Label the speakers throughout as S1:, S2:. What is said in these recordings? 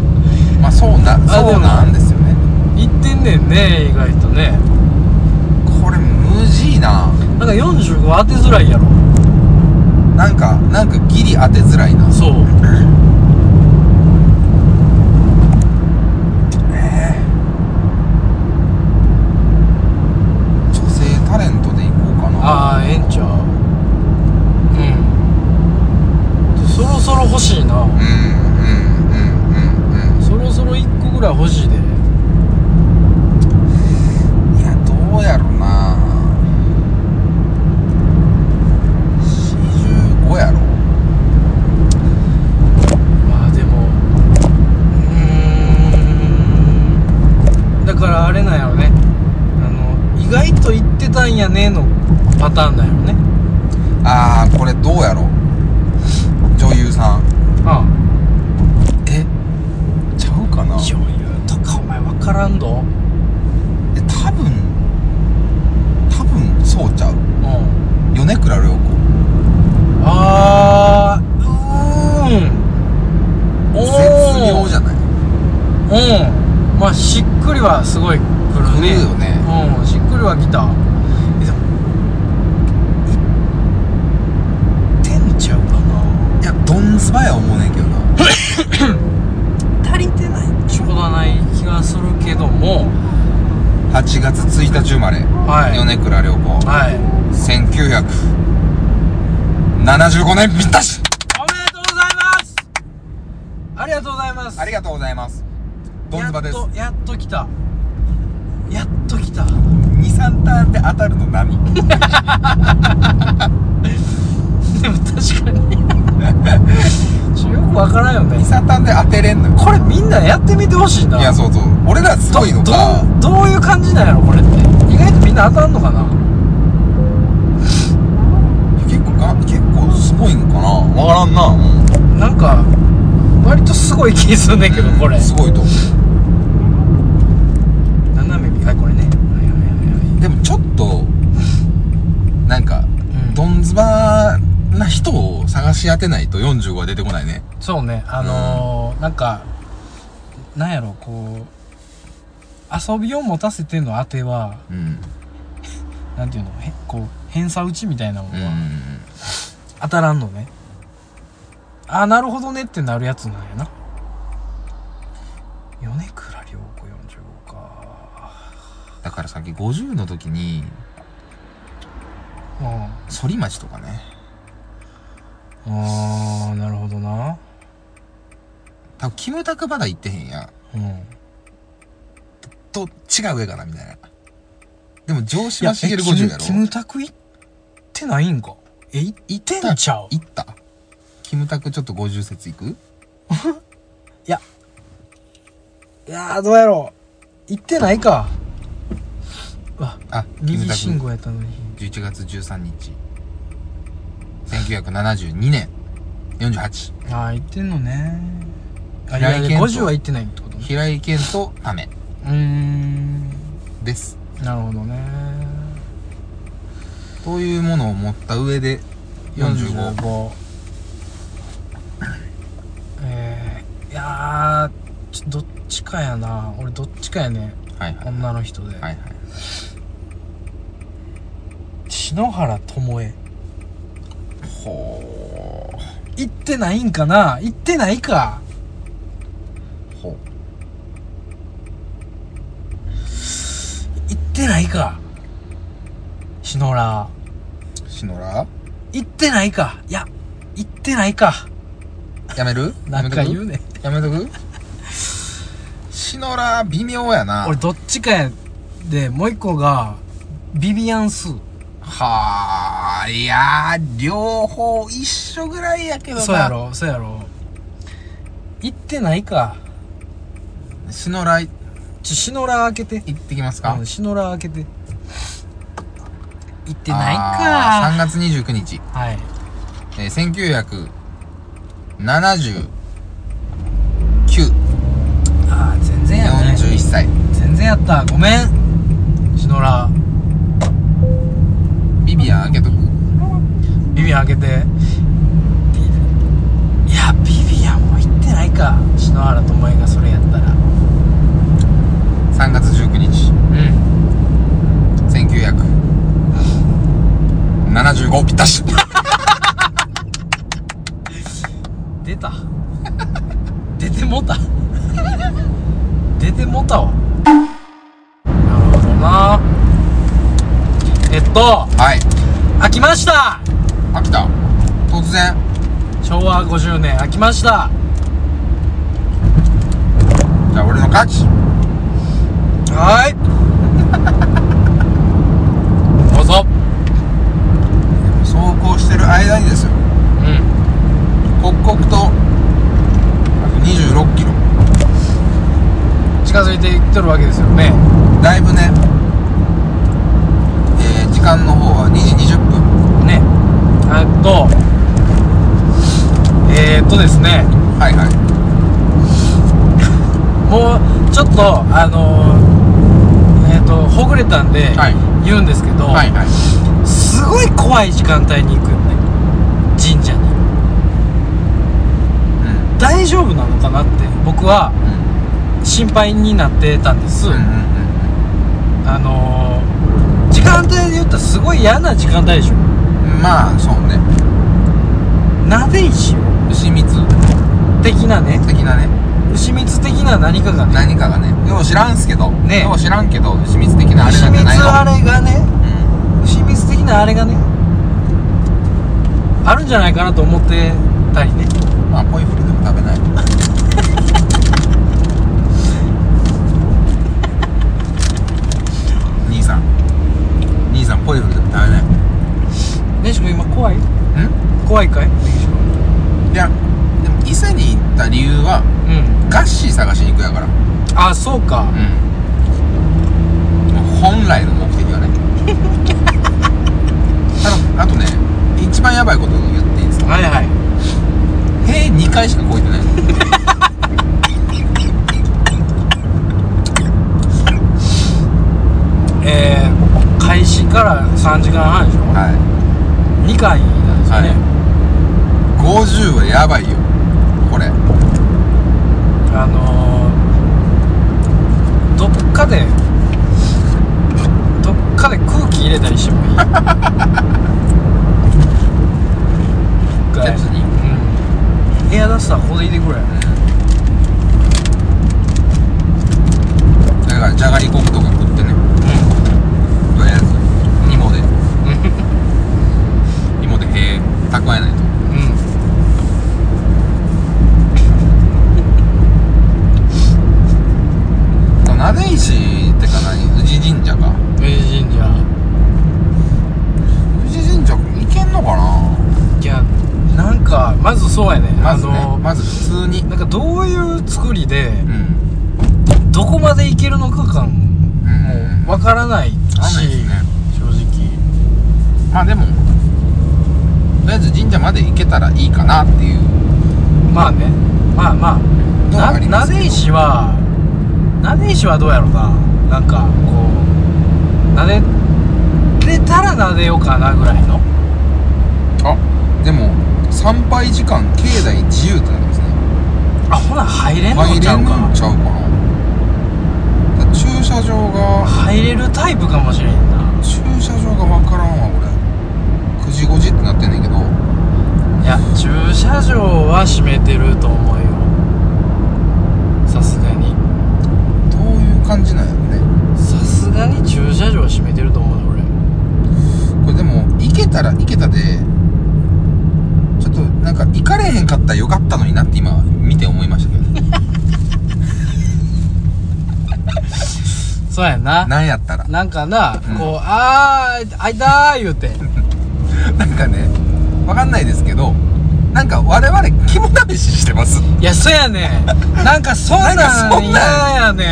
S1: そうな
S2: あ
S1: そうなんですよね
S2: 行ってんねんね意外とね
S1: これ無事いな
S2: なんか45当てづらいやろ
S1: なんかなんかギリ当てづらいな
S2: そう
S1: ねえ女性タレントで行こうかな
S2: ああええんちゃううんそろそろ欲しいな
S1: うんうんうんうん
S2: そろそろ1個ぐらい欲しいで
S1: うんいやどうやろな45やろ
S2: まあでもうーんだからあれなんやろねあの意外と言ってたんやねのパターンだよね
S1: ああこれどうやろ女優さん
S2: あ
S1: えちゃうかな
S2: あ女優とかお前分からんど
S1: え多分多分そうちゃう
S2: うん
S1: 米倉涼子
S2: ああうーんお
S1: 絶妙じゃない
S2: ゃうんまあしっくりはすごいくる
S1: く
S2: ね
S1: るよね
S2: うんしっくりはきたえでもいってんちゃうかない
S1: やどんずばや思うねんけどな
S2: 足りてないちょうどない気がするけども
S1: 8月1日生まれ、
S2: はい
S1: 米倉涼子、
S2: はい
S1: 1975年ぴったし
S2: おめでとうございますありがとうございます
S1: ありがとうございますどんずばです
S2: やっとやっと来たやっと来た
S1: 23ターンで当たるの波
S2: でも確かにちょよくわからんよね
S1: 23ターンで当てれ んのよ
S2: これみんなやってみてほしいない
S1: やそうそう俺らすごいの
S2: ど
S1: か
S2: どうどういう感じなんやろこれって意外とみんな当たんのかない
S1: や結構が結構すごいんかなわからんなうん
S2: なんか割とすごい気すんねんけどこれ、
S1: うんすごいと思
S2: 斜めはいこれねはいは
S1: うでもちょっとなんか
S2: いはい、はい、
S1: どんずばな人を探し当てないと45は出てこないね
S2: そうねあのーなんかなんやろこう遊びを持たせての当ては
S1: うん
S2: なんていうのへこう偏差打ちみたいなも
S1: う
S2: のは
S1: ん
S2: 当たらんのね、ああなるほどねってなるやつなんやな米倉涼子45か
S1: だからさっき50の時に
S2: うんあ
S1: 反町とかね
S2: あーなるほどな
S1: 多分キムタクまだ行ってへんやん
S2: うん
S1: と違う上かなみたいなでも城
S2: い
S1: 島
S2: え
S1: 茂
S2: キム
S1: 50やろ
S2: キムタク行ってないんかえい行ってんちゃうい
S1: 行ったキムタクちょっと50節いく
S2: やーどうやろう行ってないかうわ
S1: あキム
S2: 右
S1: タ
S2: 信
S1: ク
S2: 号やったのに
S1: 11月13日1972年48
S2: ああ行ってんのねあい
S1: 平井
S2: やいや
S1: 堅と
S2: 50は行ってないってことね
S1: 平井堅とタメ
S2: うーん
S1: です
S2: なるほどね
S1: というものを持った上で45
S2: 45えー、いやーちょどっちかやな俺どっちかやね
S1: はいはい
S2: 女の人で、
S1: はいはい
S2: 篠原ともえ
S1: ほ
S2: 行ってないんかな行ってないか
S1: うほ
S2: 行ってないか篠原
S1: う篠原
S2: 行ってないかいや行ってないか
S1: やめる
S2: なんか
S1: やめと
S2: 言
S1: く
S2: うね
S1: やめとく篠原微妙やな
S2: 俺どっちかやでもう一個がビビアンスー
S1: はあいやー両方一緒ぐらいやけどな
S2: そうやろそうやろ行ってないか
S1: 篠原い
S2: ちょシノラ開けて
S1: 行ってきますか
S2: うんシノラ開けて行ってない
S1: あー
S2: か
S1: 3月29日、
S2: はい
S1: えー、1979
S2: あー全然やね
S1: 41歳
S2: 全然やったごめんシノラ
S1: ビビアン開けとく
S2: ビアン開けてビいやビビアンも行ってないか篠原ともえがそれやったら 出てもた 出てもたわなるほどなえっと
S1: はい
S2: 飽きました
S1: 飽きた突然
S2: 昭和50年飽きました
S1: じゃあ俺の勝ち
S2: はいどうぞ
S1: 走行してる間にですよ
S2: うん
S1: 刻々とあと26キロ
S2: 近づいていっとるわけですよね
S1: だいぶね、えー時間の方は2時20分
S2: ねえっとえー、っとですね
S1: はいはい
S2: もうちょっとあのーえー、っとほぐれたんで、
S1: はい
S2: 言うんですけど、
S1: はいはい
S2: すごい怖い時間帯に行くよね神社に
S1: うん
S2: 大丈夫なのかなって僕は
S1: うん
S2: 心配になってたんです、
S1: うんうん
S2: あのー、時間帯で言ったらすごい嫌な時間帯でし
S1: う
S2: ょ
S1: んまあそうね
S2: なで石
S1: 牛蜜
S2: 的なね
S1: 的なね
S2: 牛蜜的な何かがね
S1: 何かがねよう知らんすけど
S2: ね
S1: よう知らんけど牛蜜的なあれ
S2: 牛
S1: なんじ
S2: 蜜
S1: ゃないの
S2: あれがね
S1: うん
S2: 牛蜜的なあれがねあるんじゃないかなと思ってたりね
S1: まあポイフルでも食べない 兄さん兄さんポイフルでも食べない
S2: ねし君今怖い
S1: ん
S2: 怖いかい
S1: いやでも伊勢に行った理由は
S2: うん
S1: ガッシー探しに行くやからう
S2: あそうか
S1: ん本来の目的はね あのあとね一番やばいことを言っていいですか
S2: はいはい
S1: へえ2回しか超えてない
S2: えー、開始から3時間半でしょ、
S1: はい
S2: 2回なんですよね、
S1: 50はやばいよこれ
S2: あのー、どっかでどっかで空気入れたりしてもいい一回
S1: 別に
S2: うん、エアダスターここでいてくれ
S1: だからじゃがりことか食ってねとりあえず芋で芋でへえ蓄えないと
S2: うん
S1: そうなで石ってか何宇治神社か
S2: 明治神社
S1: 宇治神社行けんのかない
S2: やなんかまずそうやね
S1: まずね、
S2: あのー
S1: まず普通に
S2: なんかどういう作りで
S1: うんうん
S2: どこまでいけるのか感
S1: うん
S2: わからないし
S1: わかんないですね
S2: 正直
S1: まあでもとりあえず神社まで行けたらいいかなっていう
S2: まあねまあまあ
S1: のは
S2: な
S1: ありま
S2: な
S1: すけど
S2: で石はなで石はどうやろうななんかこうなででたらなでようかなぐらいの
S1: あでも参拝時間境内自由ってなりますね
S2: あほな入れんの
S1: 入
S2: ちゃ
S1: れ
S2: うん
S1: の
S2: か
S1: んちゃうかなだから駐車場が
S2: 入れるタイプかもしれんな
S1: 駐車場が分からんわ俺9時5時ってなってんねんけど
S2: いや駐車場は閉めてると思うよさすがに
S1: どういう感じなんやろね
S2: さすがに駐車場は閉めてると思うな
S1: これでも行けたら行けたでちょっとなんか行かれへんかったらよかったのになって今見て思いましたけ ど
S2: 俺そうやなな
S1: なんやったら
S2: んかな、
S1: うん
S2: こうあーあいたー言うて
S1: なんかね分かんないですけどなんか我々肝試ししてます
S2: いや、そやねん。なんかそんなん
S1: なんかそん
S2: 嫌
S1: な
S2: やね。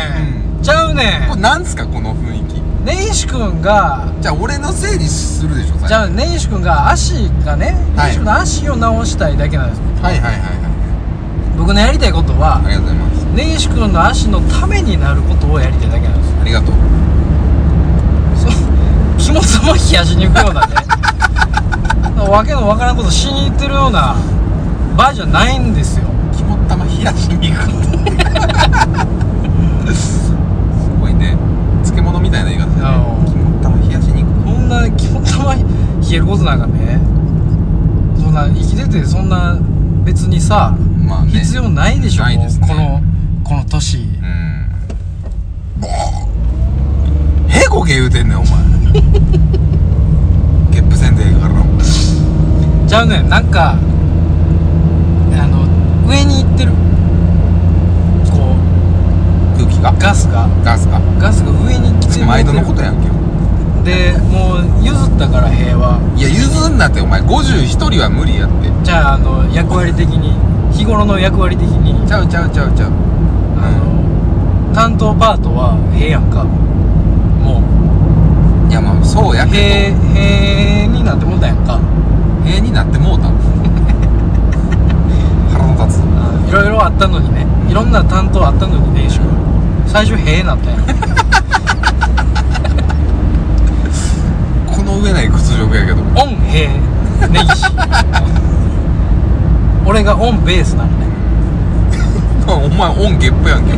S1: うん
S2: ちゃうね
S1: これなんすかこの雰囲気
S2: ん。根岸くんが、
S1: じゃあ俺のせいにするでしょ最後
S2: じゃあ根岸くんが足がね、根
S1: はい
S2: 岸くんの足を直したいだけなんです。
S1: はいはいはいはい
S2: 僕のやりたいこと
S1: あ
S2: は、
S1: りがとうございます
S2: 根岸くんの足のためになることをやりたいだけなんです
S1: ありがとう
S2: よ。そ肝さま冷やしに行くよう なね。わけのわからんことしに行ってるような場合じゃないんですよ。
S1: 肝っ玉冷やしに行くすごいね漬物みたいな言い方だね
S2: あー
S1: 肝っ玉冷やしに行く
S2: こんな肝たま冷えることなんかねそんな生きててそんな別にさ
S1: まあね
S2: 必要ないでしょ、
S1: ないですね
S2: このこの年
S1: うんへこげ言うてんねんお前ゲップせんでええから
S2: じゃあねなんかあの上に行ってるこう
S1: 空気が
S2: ガスが
S1: ガスか
S2: ガスが上に来て
S1: 毎度のことやんけ
S2: でもう譲ったから平和
S1: いや譲んなってお前51人は無理やって
S2: じゃああの役割的に日頃の役割的に
S1: ちゃうちゃうちゃうちゃう
S2: あの担当パートは平やんかもう
S1: いやまあそうやけ
S2: 平平になってもうたやんか
S1: ど塀になってもうた腹の立つ
S2: あいろいろあったのにねいろんな担当あったのにねしょ最初平な ったやん
S1: この上ない屈辱やけど
S2: オン平根岸俺がオンベースなのね
S1: お前オンゲップやんけ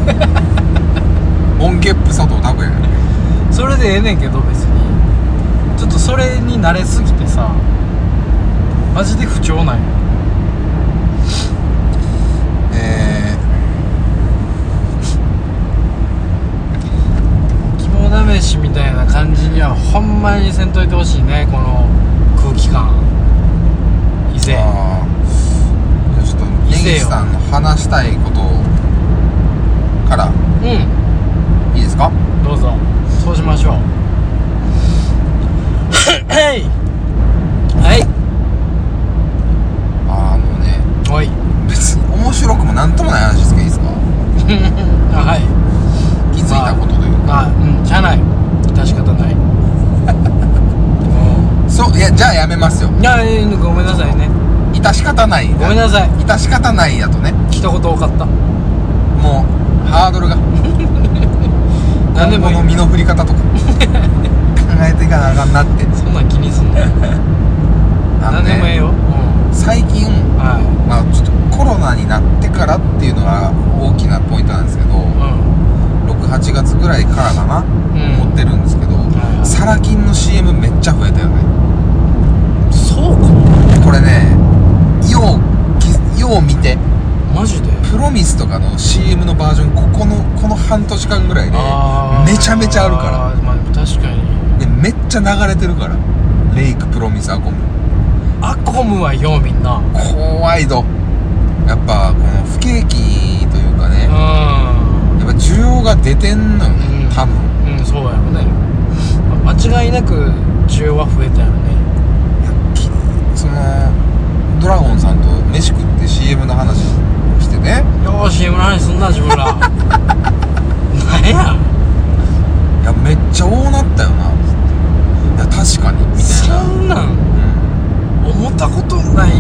S1: オンゲップ佐藤拓也やんけ
S2: それでええねんけど別にちょっとそれに慣れすぎてさマジで不調なんよ
S1: え
S2: 肝試しみたいな感じにはほんまにせんといてほしいねこの空気感以
S1: ー、
S2: 前
S1: あーじゃあちょっと根
S2: せよ
S1: 岸さんの話したいことから
S2: う
S1: いいですか
S2: んどうぞそうしましょう はいはい
S1: あのね
S2: おい
S1: 別に面白くもなんともない話ですけどいいですか
S2: あはい
S1: 気づいたことというか
S2: あうん車内致し方ない も
S1: そういやじゃあやめますよ
S2: ういやいやごめんなさいね
S1: 致し方ない
S2: ごめんなさい
S1: 致し方ないやとね
S2: 一言多かった
S1: もうハードルが
S2: 何でもいい
S1: 今後の身の振り方とか考えていかなあかんなって
S2: そんなん気に すんの
S1: あの
S2: 何でもええ
S1: ね
S2: よ、うん
S1: 最近
S2: は
S1: まあちょっとコロナになってからっていうのが大きなポイントなんですけど
S2: い
S1: 68月ぐらいからかな
S2: うん
S1: 思ってるんですけど
S2: いはい
S1: サラ金の CM めっちゃ増えたよね
S2: うんそうか
S1: これねようきよう見て
S2: マジで
S1: プロミスとかの CM のバージョンここのこの半年間ぐらいで
S2: あー
S1: めちゃめちゃあるから
S2: あーまあ確かに
S1: でめっちゃ流れてるからレイクプロミスアコム
S2: アコムはようみんなうん
S1: 怖いぞやっぱこの不景気というかねやっぱ需要が出てんのよね多分
S2: うんそうやろねまあ間違いなく需要は増えたよね
S1: きそのドラゴンさんと飯食って CM の話してね
S2: よーし CM の話すんな自分ら なんや
S1: いやめっちゃ大なったよないや確かにみたい
S2: そ
S1: な、
S2: んなん
S1: う
S2: 思ったことない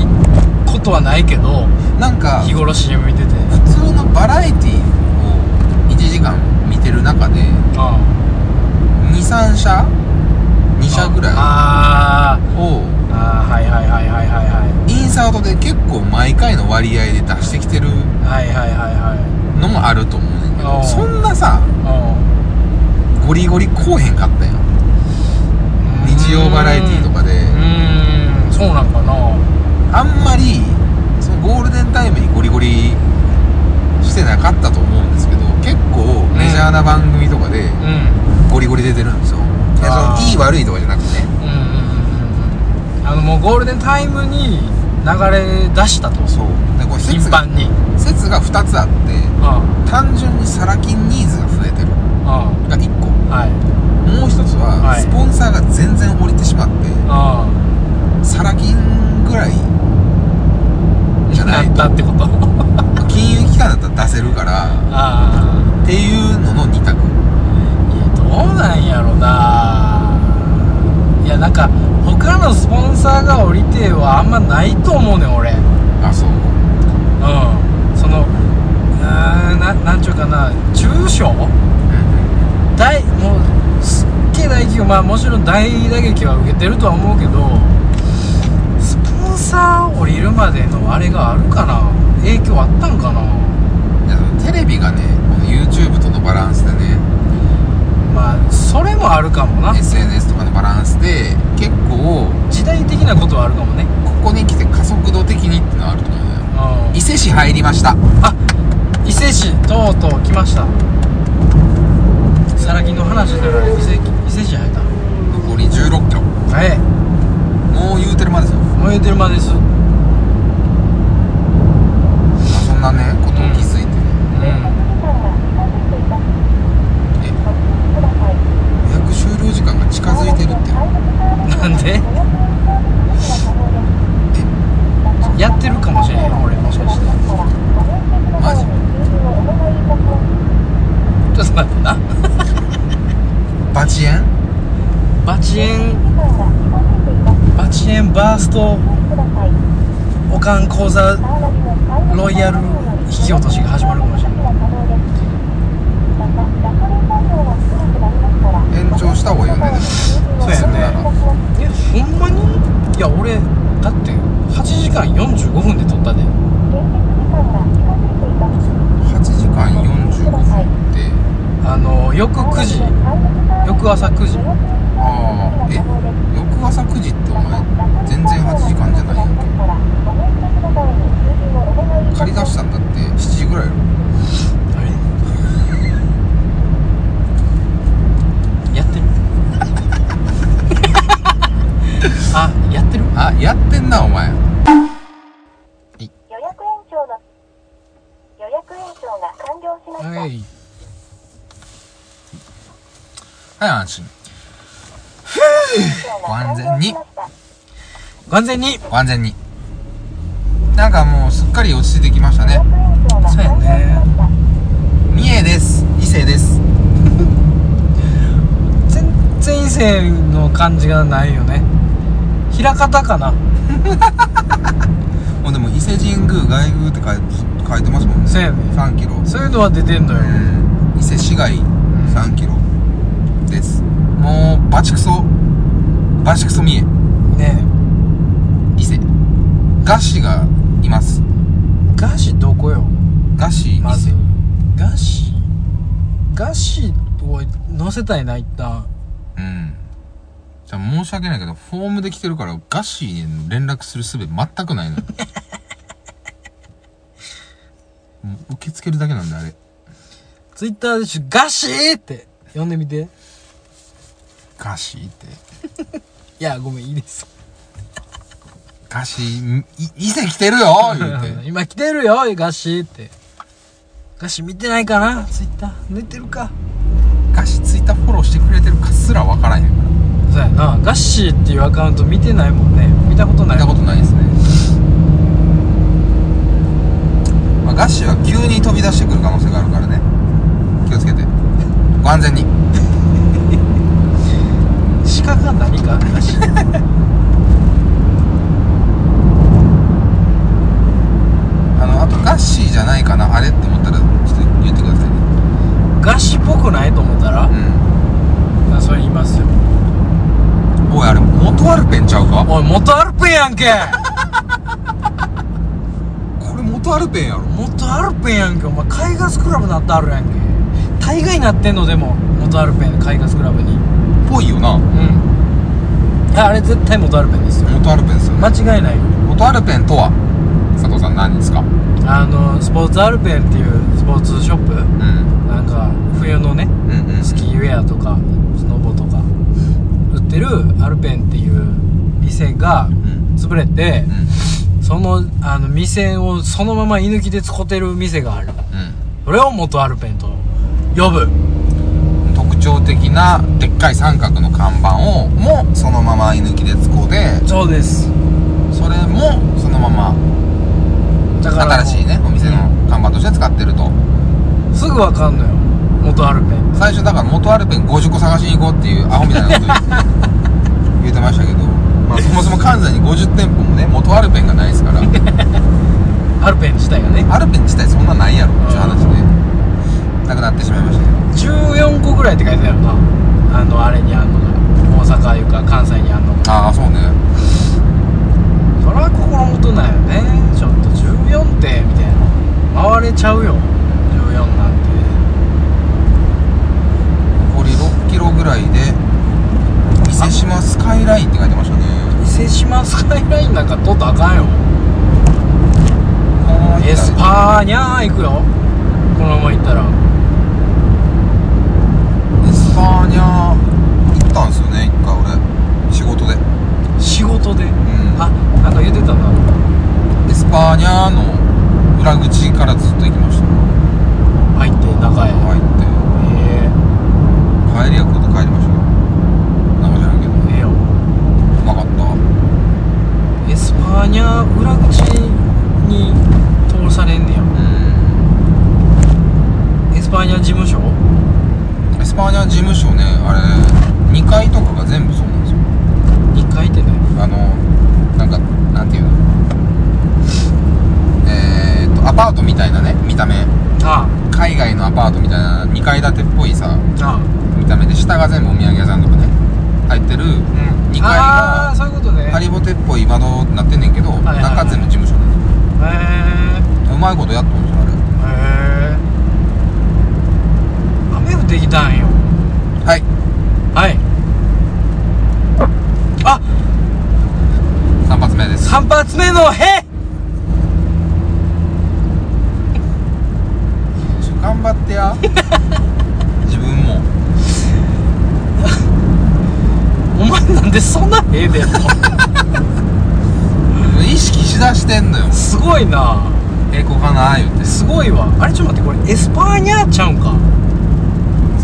S2: ことはないけど
S1: ん、なんか
S2: 日頃 CM 見てて
S1: 普通のバラエティを1時間見てる中で
S2: あ
S1: 23社2社ぐら
S2: あ
S1: いを
S2: ーあーはいはいはいはいはいは
S1: インサートで結構毎回の割合で出してきてる
S2: いはいはいはいはい
S1: のもあると思うねんけど
S2: あー
S1: そんなさ
S2: う
S1: ゴリゴリこうへんかったやん
S2: ん
S1: 日曜バラエティーとかで
S2: うーんそうなんかな
S1: あんまりそのゴールデンタイムにゴリゴリしてなかったと思うんですけど結構メジャーな番組とかで
S2: うんうん
S1: ゴリゴリ出てるんですよいやそ
S2: あ
S1: の
S2: ー
S1: いい悪いとかじゃなくてね
S2: うんうんうんあのもうゴールデンタイムに流れ出したと
S1: そうでこれ
S2: 頻
S1: 説が
S2: 繁に
S1: 説が2つあって
S2: うん
S1: 単純にサラ金ニーズが増えてる
S2: うんは
S1: が1個
S2: い
S1: もう一つは、
S2: はい
S1: スポンサーが全然降りてしまって
S2: うん
S1: サラ金ぐらいじゃない
S2: なった
S1: と
S2: ってこと
S1: 金融機関だったら出せるから
S2: あ あ
S1: っていうのの2択
S2: いやどうなんやろないやなんか他のスポンサーが降りてはあんまないと思うねん俺うん
S1: あそう
S2: そのあーななんちゅうかな中小大もうすっげえ大企業まあもちろん大打撃は受けてるとは思うけどスポンサー降りるまでのあれがあるかな影響あったんかない
S1: やそのテレビがねこの YouTube とのバランスでね
S2: まあそれもあるかもな
S1: SNS とかのバランスで結構
S2: 時代的なことはあるかもね
S1: ここに来て加速度的にってのはあると思うのよ
S2: うん
S1: 伊勢市入りりました
S2: あ伊勢市とうとう来ましたさらぎの話なら伊勢伊勢市入った
S1: 残り1 6キロ
S2: はい
S1: もう言うてるまでですよ、
S2: 燃えてる間ですうん
S1: まあ、そんなねことを気づいてね、約終了時間が近づいてるって
S2: なんでやってるかもしれへん俺もしかして
S1: マジ
S2: ちょっと待ってな
S1: バチエン
S2: バチエンバチエンバーストおかん講座ロイヤル引き落としが始まるかもしれない
S1: 延長した方がいいよねでもね
S2: そうやね
S1: んなら
S2: えほんまにいや俺だって8時間45分で撮った
S1: 8
S2: で
S1: 時間45分って
S2: あの翌9時翌朝9時
S1: ああえ翌朝9時ってお前全然8時間じゃないやんけ借り出したんだって7時ぐらいよ
S2: あれやってる あやってる
S1: あやってんなお前
S3: 予約延長の予約延長が完了しました。
S2: はい
S1: はい安心完全に
S2: 完全に
S1: 完全になんかもうすっかり落ち着いてきましたね
S2: そうやね
S1: 三重です伊勢です
S2: 全然異性の感じがないよね平方かな
S1: もうでも伊勢神宮外宮って書い書いてますもんね
S2: そうやね
S1: 3キロ
S2: そういうのは出てんのよ
S1: うん伊勢市街3キロですもうバチクソバチクソ三重
S2: ね
S1: 伊勢ガシがいます
S2: えガシどこよ
S1: ガシ伊
S2: まず
S1: 勢
S2: ガシガシを乗せたいな一旦
S1: うんじゃあ申し訳ないけどフォームで来てるからガシに連絡する術全くない のよもう受け付けるだけなんであれ
S2: ツイッターでしガシーって呼んでみて
S1: ガシって
S2: いやごめんいいです
S1: ガシい伊勢来てるよ言う て
S2: 今来てるよガシーってガシ見てないかなツイッター寝てるか
S1: ガシツイッターフォローしてくれてるかすらわからへんから
S2: そうやなガッシーっていうアカウント見てないもんね見たことな
S1: 見た
S2: い
S1: ことないですね、まあ、ガッシュは急に飛び出してくる可能性があるからね気をつけてご安全に
S2: 鹿か何かガシ
S1: あのあとガッシーじゃないかなあれって思ったらちょっと言ってくださいね
S2: ガシっぽくないと思ったらあそれ言いますよ
S1: うんおいあれ元アルペンちゃうか
S2: おい元アルペンやんけ
S1: これ元アルペンやろ
S2: 元アルペンやんけお前海ガスクラブなってあるやんけ大概なってんのでも元アルペン海ガスクラブにうん
S1: ぽいよな
S2: ああれ絶対元アルペンですよ
S1: 元アルペンですよね
S2: 間違いないよ
S1: 元アルペンとは佐藤さん何ですか
S2: あのスポーツアルペンっていうスポーツショップ
S1: うん
S2: なんか冬のね
S1: うんうん
S2: スキーウェアとかスノボとか売ってるアルペンっていう店が
S1: うん
S2: 潰れて
S1: うん
S2: そのあの店をそのまま居抜きで使ってる店があるそれを元アルペンと呼ぶ
S1: うん特徴的なでっかい三角の看板をもうそのまま居抜きでつこうで
S2: そうです
S1: それもそのまま
S2: だから
S1: 新しいねお店の看板として使ってると
S2: すぐ分かんのよ元アルペン
S1: 最初だから元アルペン50個探しに行こうっていうアホみたいなこと 言う言ってましたけど、まあ、そもそも関西に50店舗もね元アルペンがない ですから
S2: アルペン自体がね
S1: アルペン自体そんなないやろっていう話でなくなってしまいましたけど
S2: 14個ぐらいって書いてあるなあのあれにあんのが大阪いうか関西にあんのが
S1: ああそうね
S2: それは心もとないよねちょっと14ってみたいな回れちゃうよ14なん
S1: 残り6キロぐらいで伊勢島スカイラインって書いてましたね
S2: て伊勢島スカイラインなんか通ったらあかんよ
S1: こういった
S2: エスパゃーにゃー行くよこのまま行ったら
S1: でさあにゃー行ったんですよね一回俺仕事で
S2: 仕事で
S1: うん
S2: あなんか言ってたな
S1: エスパーニャーの裏口からずっと行きました
S2: 入って中へ
S1: 入って
S2: え
S1: 帰りはこうと帰りましたよ生じゃないけど
S2: えええよ
S1: うまかった
S2: エスパーニャ裏口に通されんねや
S1: う
S2: エスパーニャ事務所
S1: んエスパーニャー事務所ねあれ2階とかが全部そうなんですよ
S2: 1階ってね
S1: あのなんかなんていうのえー、っとアパートみたいなね見た目
S2: あ
S1: 海外のアパートみたいな2階建てっぽいさ
S2: あああ
S1: 見た目で下が全部お土産屋さんとかね入ってる
S2: うん
S1: 二階が
S2: ああそういうことね
S1: ハリボテっぽい窓になってんねんけど、
S2: はいはい
S1: 中全部事務所なんで
S2: へえ
S1: すようまいことやっとんですよあれ
S2: へえ雨降ってきたんよ
S1: はい
S2: はいあ
S1: 3発目です
S2: 三発目の「へ」
S1: 頑張ってや自分も
S2: お前なんでそんな「へ」でや ったの
S1: 意識しだしてんのよ
S2: すごいな
S1: えこうかな言うてス
S2: すごいわあれちょっと待ってこれエスパーニャちゃうんか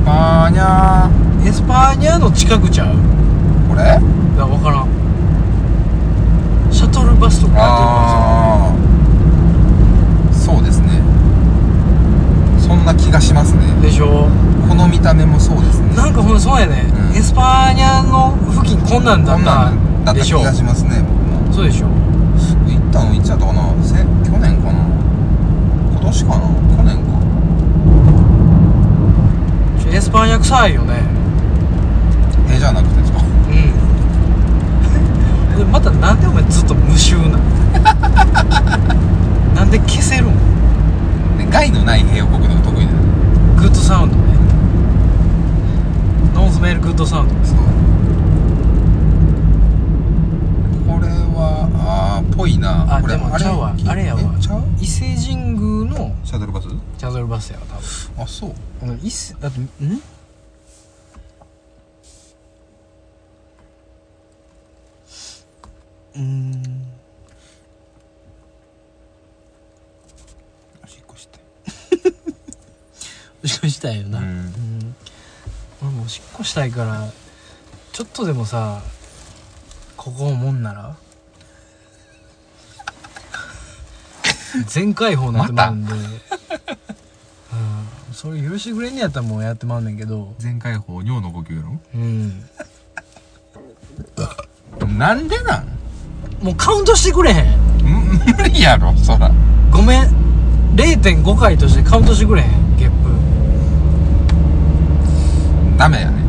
S1: パーニャー
S2: エスパーニャの近くちゃう
S1: これ
S2: いや分からんシャトルバスとかや
S1: ああそうですねそんな気がしますね
S2: ってるんですよでしょ
S1: この見た目もそうですね
S2: なんかほんとそうやね、
S1: うん
S2: エスパーニャの付近こんなんだ
S1: こ
S2: っ
S1: ん
S2: た
S1: なんだった
S2: で
S1: 気
S2: しょ
S1: がしますね僕も
S2: そうでしょ
S1: 行ったのいつやったかなせ去年かな今年かな去年か
S2: エスパーニャ臭いよね
S1: えじゃな くてですか
S2: うんでまたなんでお前ずっと無 臭なのなんで消せるん
S1: ね害のない塀を僕のが得意なの
S2: グッドサウンドねノンスメールグッドサウンド
S1: そうこれはあーぽいな
S2: あ
S1: これ
S2: でもちゃうわあれやわ
S1: えちゃう
S2: 伊勢神宮の
S1: シャトルバス
S2: チャドルバスやわ多分
S1: あそう
S2: うん伊勢だってんうーん
S1: おしっこして
S2: おしっこしたいよな、
S1: う
S2: うんん俺もおしっこしたいからちょっとでもさここをもんなら全開放なんてまうんで、うん、それ許してくれんねやったらもうやってまうねんけど
S1: 全開放尿の呼吸やろ
S2: うん
S1: なんでなん
S2: もうカウントしてくれへん
S1: む無理やろそら
S2: ごめん0.5回としてカウントしてくれへんゲップ
S1: ダメやね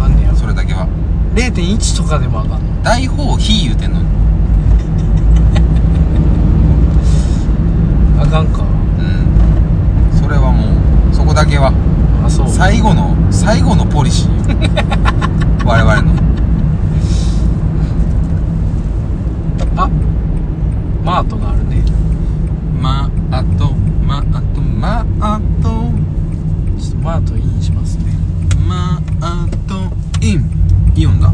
S2: あんねや
S1: それだけは
S2: 0.1とかでもあかんの
S1: 大砲火言うてんのに
S2: あかんか
S1: うんそれはもうそこだけは
S2: あそう
S1: 最後の最後のポリシー 我々の
S2: あマートがあるね
S1: まあとまあとまあと
S2: ちょっとマートインしますね
S1: まあとインイオンだ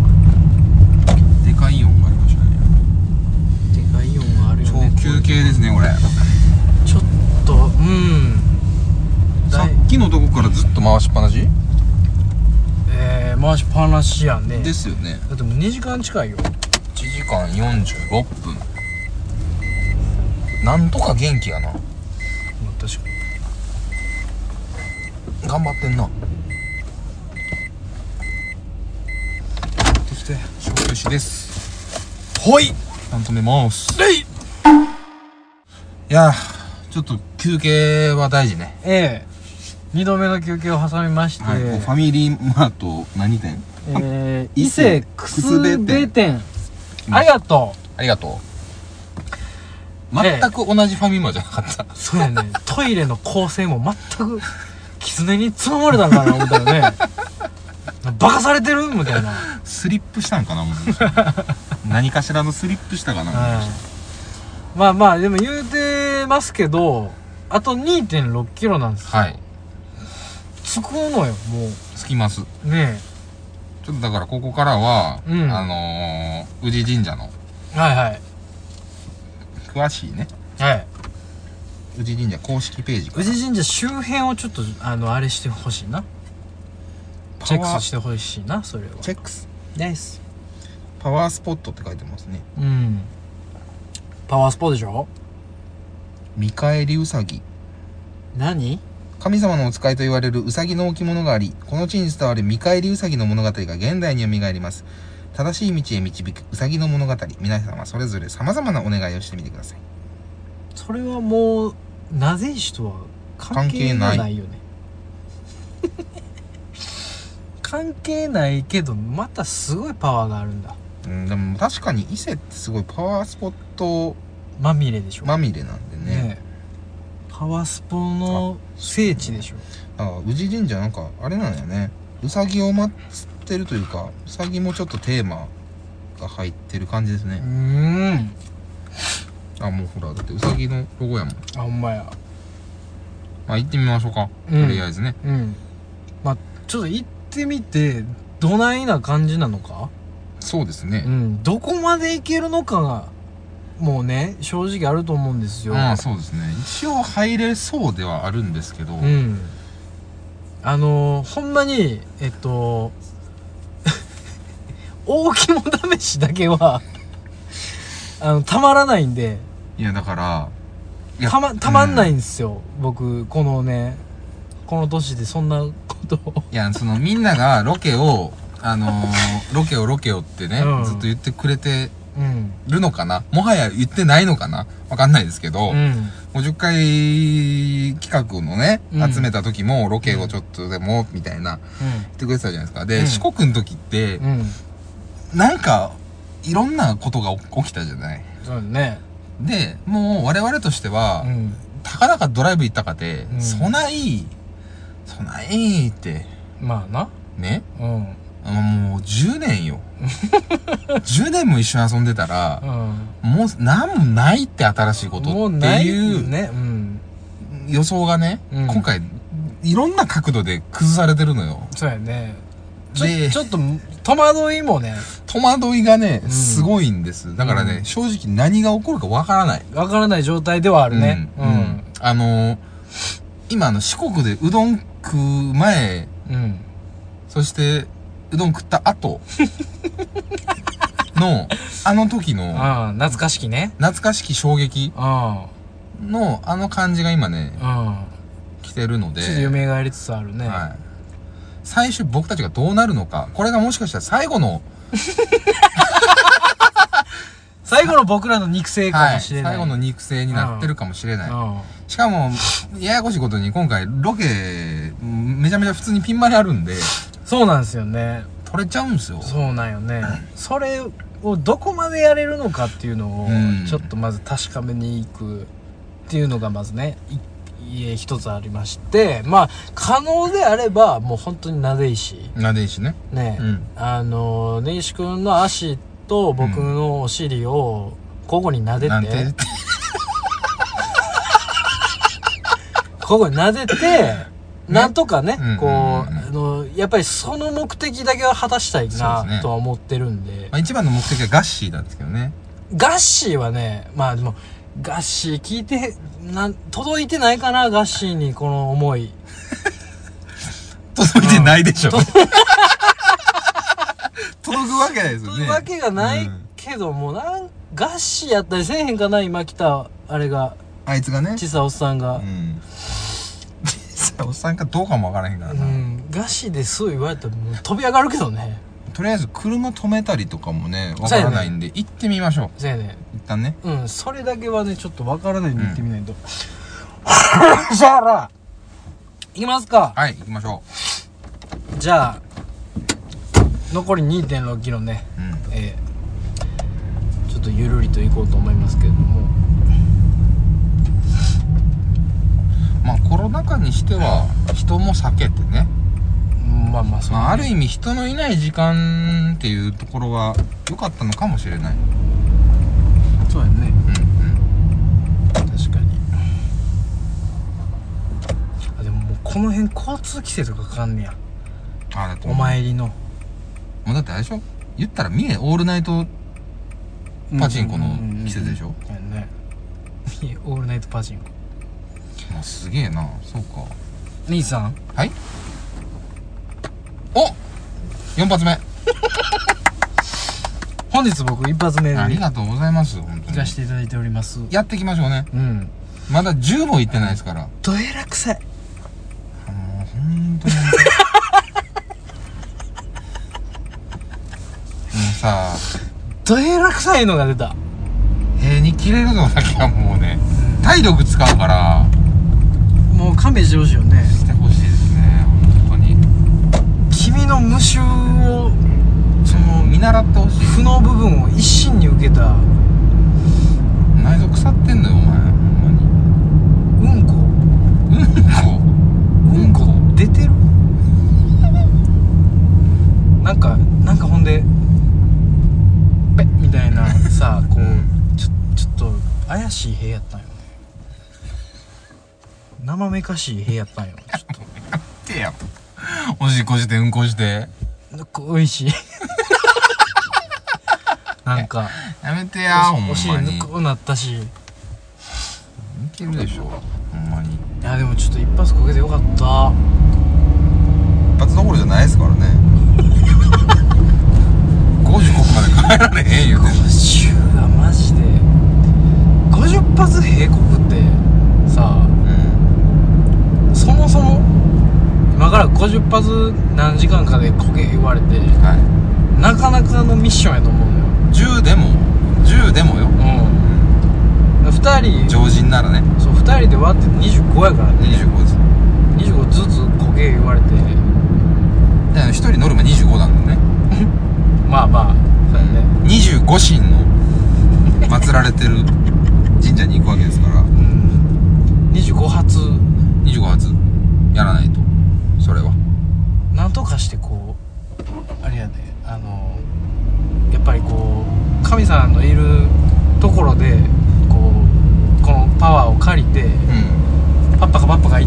S1: でかいイオンがありましたね
S2: でかいイオンはあるよ
S1: 超
S2: ね
S1: 休憩ですねこれ
S2: ちょっとうん
S1: さ
S2: だい
S1: っきのとこからずっと回しっぱなし
S2: えー、回しっぱなしやね
S1: ですよね
S2: だってもう2時間近いよ
S1: 1時間46分なんとか元気やな
S2: まあ確かに
S1: 頑張ってんな
S2: できて
S1: 消休止ですほいなんとめます
S2: レイ
S1: いやーちょっと休憩は大事ね
S2: ええ二度目の休憩を挟みまして、
S1: はい、ファミリーマート何店
S2: えー、
S1: 伊
S2: 伊
S1: 勢
S2: 勢くすべ
S1: くすべ
S2: 店ありがと
S1: ありがとう
S2: ええ
S1: 全く同じファミマじゃなかった、
S2: うそうやねトイレの構成も全く狐につままれたんかな思ったよねバカされてるみたいな
S1: スリップしたんかな もしかして何かしらのスリップしたかなもしかして
S2: まあまあでも言うてますけどあと2 6キロなんですよ
S1: はい
S2: つくのよも
S1: 着きますち
S2: うね
S1: ょっとだからここからは、
S2: うん
S1: あのー、宇治神社の
S2: えはいはい
S1: 詳しいね
S2: はい
S1: 宇治神社公式ページか
S2: 宇
S1: ら
S2: 治神社周辺をちょっとあのあれしてほしいなチェックしてほしいなそれは
S1: チェックス
S2: です
S1: パワースポットって書いてますね
S2: うんパワースポでしょ
S1: 見返りうさぎ
S2: 何
S1: 神様のお使いと言われるうさぎの置物がありこの地に伝わる見返りうさぎの物語が現代に蘇ります正しい道へ導くうさぎの物語皆様それぞれ様々なお願いをしてみてください
S2: それはもうなぜ石とは関係がないよね 関係ないけどまたすごいパワーがあるんだ
S1: うんでも確かに伊勢ってすごいパワースポット
S2: まみれでしょ
S1: まみれなんでね
S2: えパワースポの聖地でしょ
S1: あ宇治神社なんかあれなんやねうさぎを祀ってるというかうさぎもちょっとテーマが入ってる感じです
S2: う
S1: ね、
S2: ーん
S1: あもうほらだってうさぎのロゴやもん
S2: あほんまや
S1: まあ行ってみましょうか、
S2: うん
S1: とりあえずね
S2: うんまあちょっと行ってみてどないな感じなのか
S1: そうですね
S2: うんどこまで行けるのかがもうね正直あると思うんですよ
S1: まあそうですね一応入れそうではあるんですけど、
S2: うんあのー、ほんまにえっと 大肝試しだけはあのたまらないんで
S1: いやだからいや
S2: たまたまんない
S1: うん
S2: ですよ、僕このねこの年でそんなことを
S1: いやそのみんながロケをあの ーロケをロケをってね、
S2: うん
S1: ずっと言ってくれて
S2: うん
S1: るのかなもはや言ってないのかなわかんないですけど、
S2: うん
S1: 50回企画のね、
S2: うん
S1: 集めた時もロケをちょっとでも、みたいな言ってくれてたじゃないですか。で、
S2: うん
S1: 四国の時って、
S2: うんうん
S1: なんか、いろんなことが起きたじゃない。
S2: そうだね
S1: で、もう我々としては、
S2: うん
S1: たかだかドライブ行ったかて、
S2: うん
S1: そない、そないって、
S2: まあな
S1: ね、
S2: うん
S1: あのもう10年 よ。10年も一緒に遊んでたら、もう何もないって新しいこ
S2: うん
S1: と
S2: もう
S1: って
S2: ない
S1: いう
S2: ねうん
S1: 予想がね、
S2: うん
S1: 今回、いろんな角度で崩されてるのよ。
S2: そうやねち
S1: で
S2: ょちょっと戸惑いもね
S1: 戸惑いがね、
S2: うん
S1: すごいんです。だからね、
S2: うん
S1: 正直何が起こるかわからない。
S2: わからない状態ではあるね
S1: うん。うんあのー今あの四国でうどん食う前、
S2: うん、うん
S1: そして、うどん食った 後の、あの時の、
S2: ああ懐かしきね
S1: 懐かしき衝撃
S2: あ
S1: の、あの感じが今ね、
S2: あ
S1: 来てるので。
S2: ちょっと夢がりつつあるね、
S1: はい。最終僕たちがどうなるのか。これがもしかしたら最後の、
S2: 最後の僕らの肉声か
S1: は
S2: も
S1: い、
S2: し
S1: 最
S2: れない、
S1: 後の肉声になってるかもしれない。しかも、ややこしいことに今回ロケ、めちゃめちゃ普通にピンマイあるんで、
S2: うん、そうなんですよね
S1: 取れちゃうんですよ。
S2: そうなんよねそれをどこまでやれるのかっていうのを
S1: うん
S2: ちょっとまず確かめに行くっていうのがまずねいいえ一つありましてまあ可能であればもう本当になで石
S1: なで石ね。
S2: ね、
S1: うん。
S2: あの根岸君の足と僕のお尻を交互に撫で
S1: なん
S2: て、
S1: て、
S2: ここに撫でて、なんとかね、
S1: うん
S2: こう、
S1: うん
S2: あの、やっぱりその目的だけは果たしたい
S1: そうです
S2: な、
S1: ね
S2: とは思ってるんで、
S1: まあ、一番の目的はガッシーなんですけどね。
S2: ガッシーはね、まあでも、ガッシー聞いて、なん、届いてないかな、ガッシーにこの思い。
S1: 届いてないでし ょ。届くわけないですよ
S2: と
S1: ね。
S2: いうわけがない
S1: うん
S2: けども、なん、ガッシーやったりせえへんかな、今来た、あれが、
S1: あいつがね。
S2: 小さいおっさん
S1: う
S2: が。
S1: ん。実際おっさんかどうかもわからへんから
S2: う
S1: な。
S2: ん、ガッシーです言われたらもう飛び上がるけどね。
S1: とりあえず車止めたりとかもね、わからないんで、行ってみましょう。
S2: せやね。
S1: 一旦ね。
S2: うん、それだけはね、ちょっとわからないんで言ってみないと。 じゃあら、いきますか。
S1: はい、行きましょ
S2: じゃあ、残り2.6キロね、
S1: う。うん。
S2: えーちょっとゆるりと行こうと思いますけれども。
S1: まあコロナ禍にしては人も避けてね、
S2: まあまあ、そう、
S1: まあ、ある
S2: 意
S1: 意味人のいない時間っていうところは良かったのかもしれない
S2: 味。そうやね。
S1: うんうん
S2: 確かに。この辺交通規制とかかかんねや
S1: あだって
S2: お参りの
S1: もうだってあれでしょ言ったら三重オールナイトパチンコの規制でしょ
S2: うんうんうんうんやねいやオールナイトパチンコ
S1: もうすげえなそうか
S2: 兄さん
S1: はいお4発目
S2: 本日僕一発目で
S1: ありがとうございます本当
S2: 行
S1: に
S2: かせていただいております
S1: やっていきましょうね
S2: うん
S1: まだ10もいってないですから
S2: どえらくさい
S1: あもう本当に もうさ
S2: どえらくさいのが出た
S1: 塀に切れるのだけはもうね体力使うから
S2: もう勘弁してほしいよね
S1: してほしいですね本当に
S2: 君の無臭を
S1: その見習ってほしい
S2: 負の部分を一身に受けた
S1: 内臓腐ってんのよお前ほんまに
S2: うんこ
S1: うん
S2: うんこ出てるなんかなんかほんでペッみたいなさこうちょちょっと怪しい部屋やったんよね生めかしい部屋やったんよちょっ
S1: こやおしっこしてうんこして
S2: となんか美味 しいなんか
S1: やめてやほんまに
S2: お尻ぬくなったしい
S1: いけるでしょほんまに
S2: やでもちょっと一発こけてよかった
S1: 一発どころじゃないですからね 55個まで帰られへんよね
S2: 50がマジで50発閉国ってさ
S1: うん
S2: そもそも今から50発何時間かでこけ言われて
S1: は
S2: なかなかのミッションやと思うのよ
S1: い10でも10でもよ
S2: うん2人
S1: 常人ならね
S2: そう2人で割って25やからね
S1: 25です
S2: 25ずつこけ言われて
S1: だから1人乗る前25なんだよね
S2: まあまあそうやね
S1: 25神の祀られてる神社に行くわけですから
S2: うん25発
S1: 25発やらないとそれは
S2: なんとかしてこうあれやであのやっぱりこう神さんのいるところでこうこのパワーを借りて
S1: うん
S2: パッパカパッパカい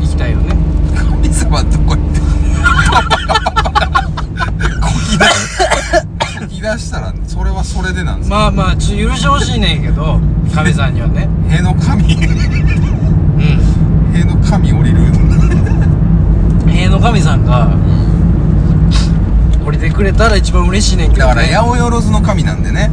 S2: 行きたいよね
S1: 神様どこ行ってこぎだこぎ出したらねそれはそれでなんですよ
S2: まあまあちょ許してほしいねんけど神さんにはね
S1: 塀の神
S2: う
S1: 塀の神降りる
S2: ん塀の神さんが降りてくれたら一番嬉しいねんけ
S1: だ
S2: ど、
S1: か
S2: ね、
S1: ら八百万の神なんでね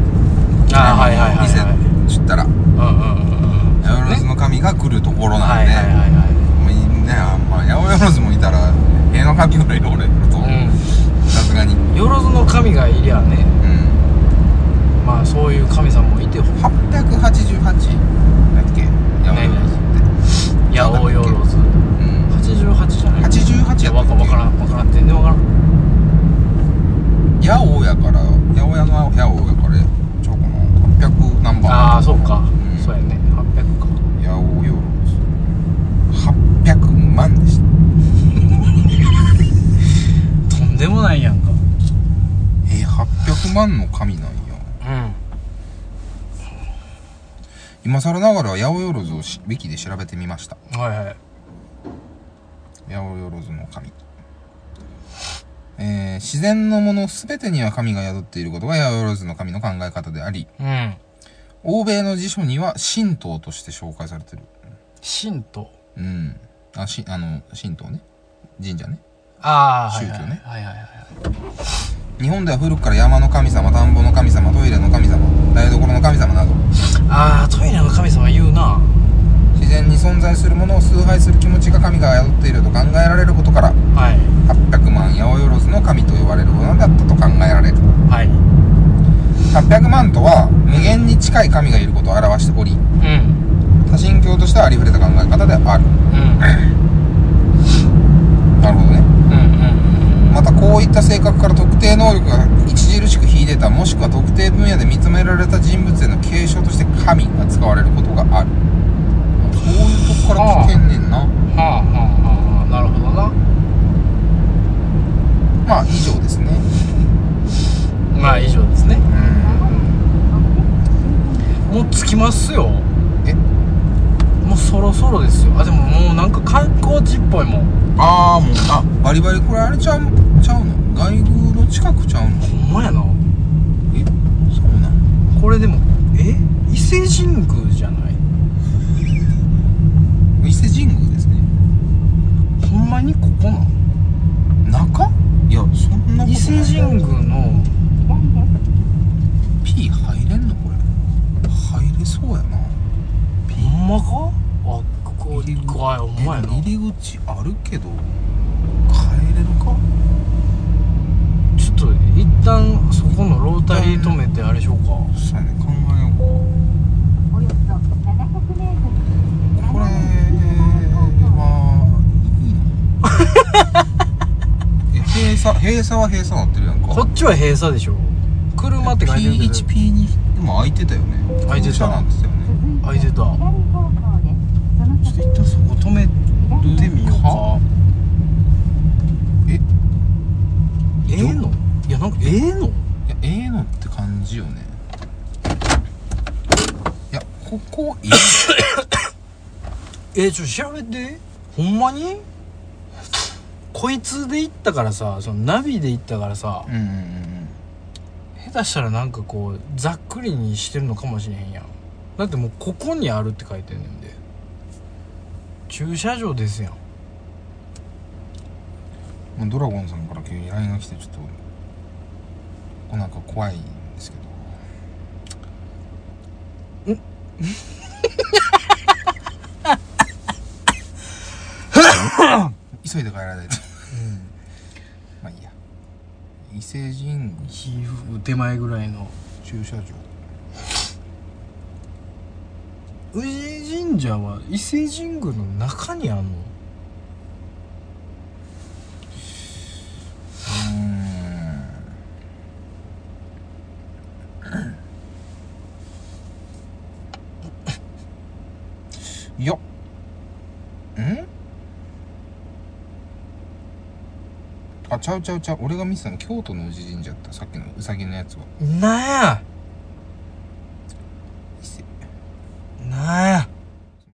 S2: あーはいはいはいはい
S1: 店知ったら
S2: うんうんうんうん
S1: 八百万
S2: ね
S1: の神が来るところな
S2: は
S1: ん
S2: い
S1: で
S2: はいはいは
S1: もういいねあんま八百万もいたら塀の神ぐらい俺いると
S2: い
S1: さすがに
S2: うんよろずの神がいりゃね
S1: うん
S2: まあそういう神さんもいてほ
S1: 888だっけ八百万って
S2: いやおよろず
S1: うん
S2: 88じゃない
S1: 88や
S2: わ
S1: ったっ
S2: かわ
S1: け
S2: からんわからん全然わからん
S1: 八百やから八百屋の八百やからちゃうかな800ナンバー
S2: ああそうか、
S1: ん
S2: そうやね800か
S1: 八百よ800万でした
S2: とんでもないやんか
S1: えー、800万の神なんや
S2: うん
S1: 今更ながら八百万をしウィキで調べてみました
S2: はいはい
S1: 八百万の神えー、自然のもの全てには神が宿っていることが八百万の神の考え方であり
S2: うん
S1: 欧米の辞書には神道として紹介されてる
S2: 神道
S1: うんあしあの神道ね神社ね
S2: ああ
S1: 宗教ね
S2: はいはいはいはい
S1: 日本では古くから山の神様田んぼの神様トイレの神様台所の神様など
S2: ああトイレの神様言うな
S1: 自然に存在するものを崇拝する気持ちが神が宿っていると考えられることから
S2: はい
S1: 800万八百万の神と呼ばれるものだったと考えられる
S2: はい
S1: 800万とは無限に近い神がいることを表しており
S2: うん
S1: 多神教としてはありふれた考え方である
S2: うん
S1: なるほどね
S2: うんうん
S1: またこういった性格から特定能力が著しく秀でたもしくは特定分野で認められた人物への継承として神が使われることがあるそういうとこから来てんねんな
S2: うんはあはあはあなるほどな
S1: まあ以上ですね
S2: まあ以上ですね
S1: うん
S2: もう着きますよ
S1: え
S2: もうそろそろですよあでももうなんか観光地っぽぽいもん
S1: ああもうあバリバリこれあれちゃうちゃうの外宮の近くちゃうの
S2: ほんまやな
S1: そうなん
S2: これでもえ伊勢神宮じゃない
S1: 伊勢神宮ですね
S2: ほんまにここなん
S1: 中いやそんなことない
S2: 伊勢神宮の
S1: ピー入れんのこれ入れそうやな
S2: ほんまかあここ
S1: 入り口
S2: 怖いほんまやな
S1: 入り口あるけど帰れるか
S2: ちょっと一旦そこのロータリー止めてあれしようか
S1: そうやね考えよう
S3: およそ700メートル。
S1: これはいいのえ閉鎖閉鎖は閉鎖なってるやんか
S2: こっちは閉鎖でしょ車って書いてるけど
S1: P1P2 でも空いてたよね
S2: 空いて
S1: 空
S2: た
S1: 車なんてたよね
S2: 開いてた
S3: 左方向です。その
S2: ちょっと
S3: 先
S2: 一旦そこ止め
S3: 左
S2: てみようか
S1: はえ
S2: ええのいやなんかええの
S1: いやええのって感じよねいやここいいち
S2: えー、ちょっと調べてほんまにこいつで行ったからさそのナビで行ったからさ
S1: うんうんうん
S2: 下手したらなんかこうざっくりにしてるのかもしれへんやんだってもうここにあるって書いてんねんで駐車場ですやん
S1: もうドラゴンさんから急に LINE が来てちょっとなんか怖いんですけど 急いで帰らないとまあいいや伊勢神宮
S2: 皮膚手前ぐらいの
S1: 駐車場
S2: 宇治神社は伊勢神宮の中にあんの
S1: うーんいやんあちゃうちゃうちゃう俺が見てたの京都の宇治神社ってさっきのうさぎのやつは
S2: なんや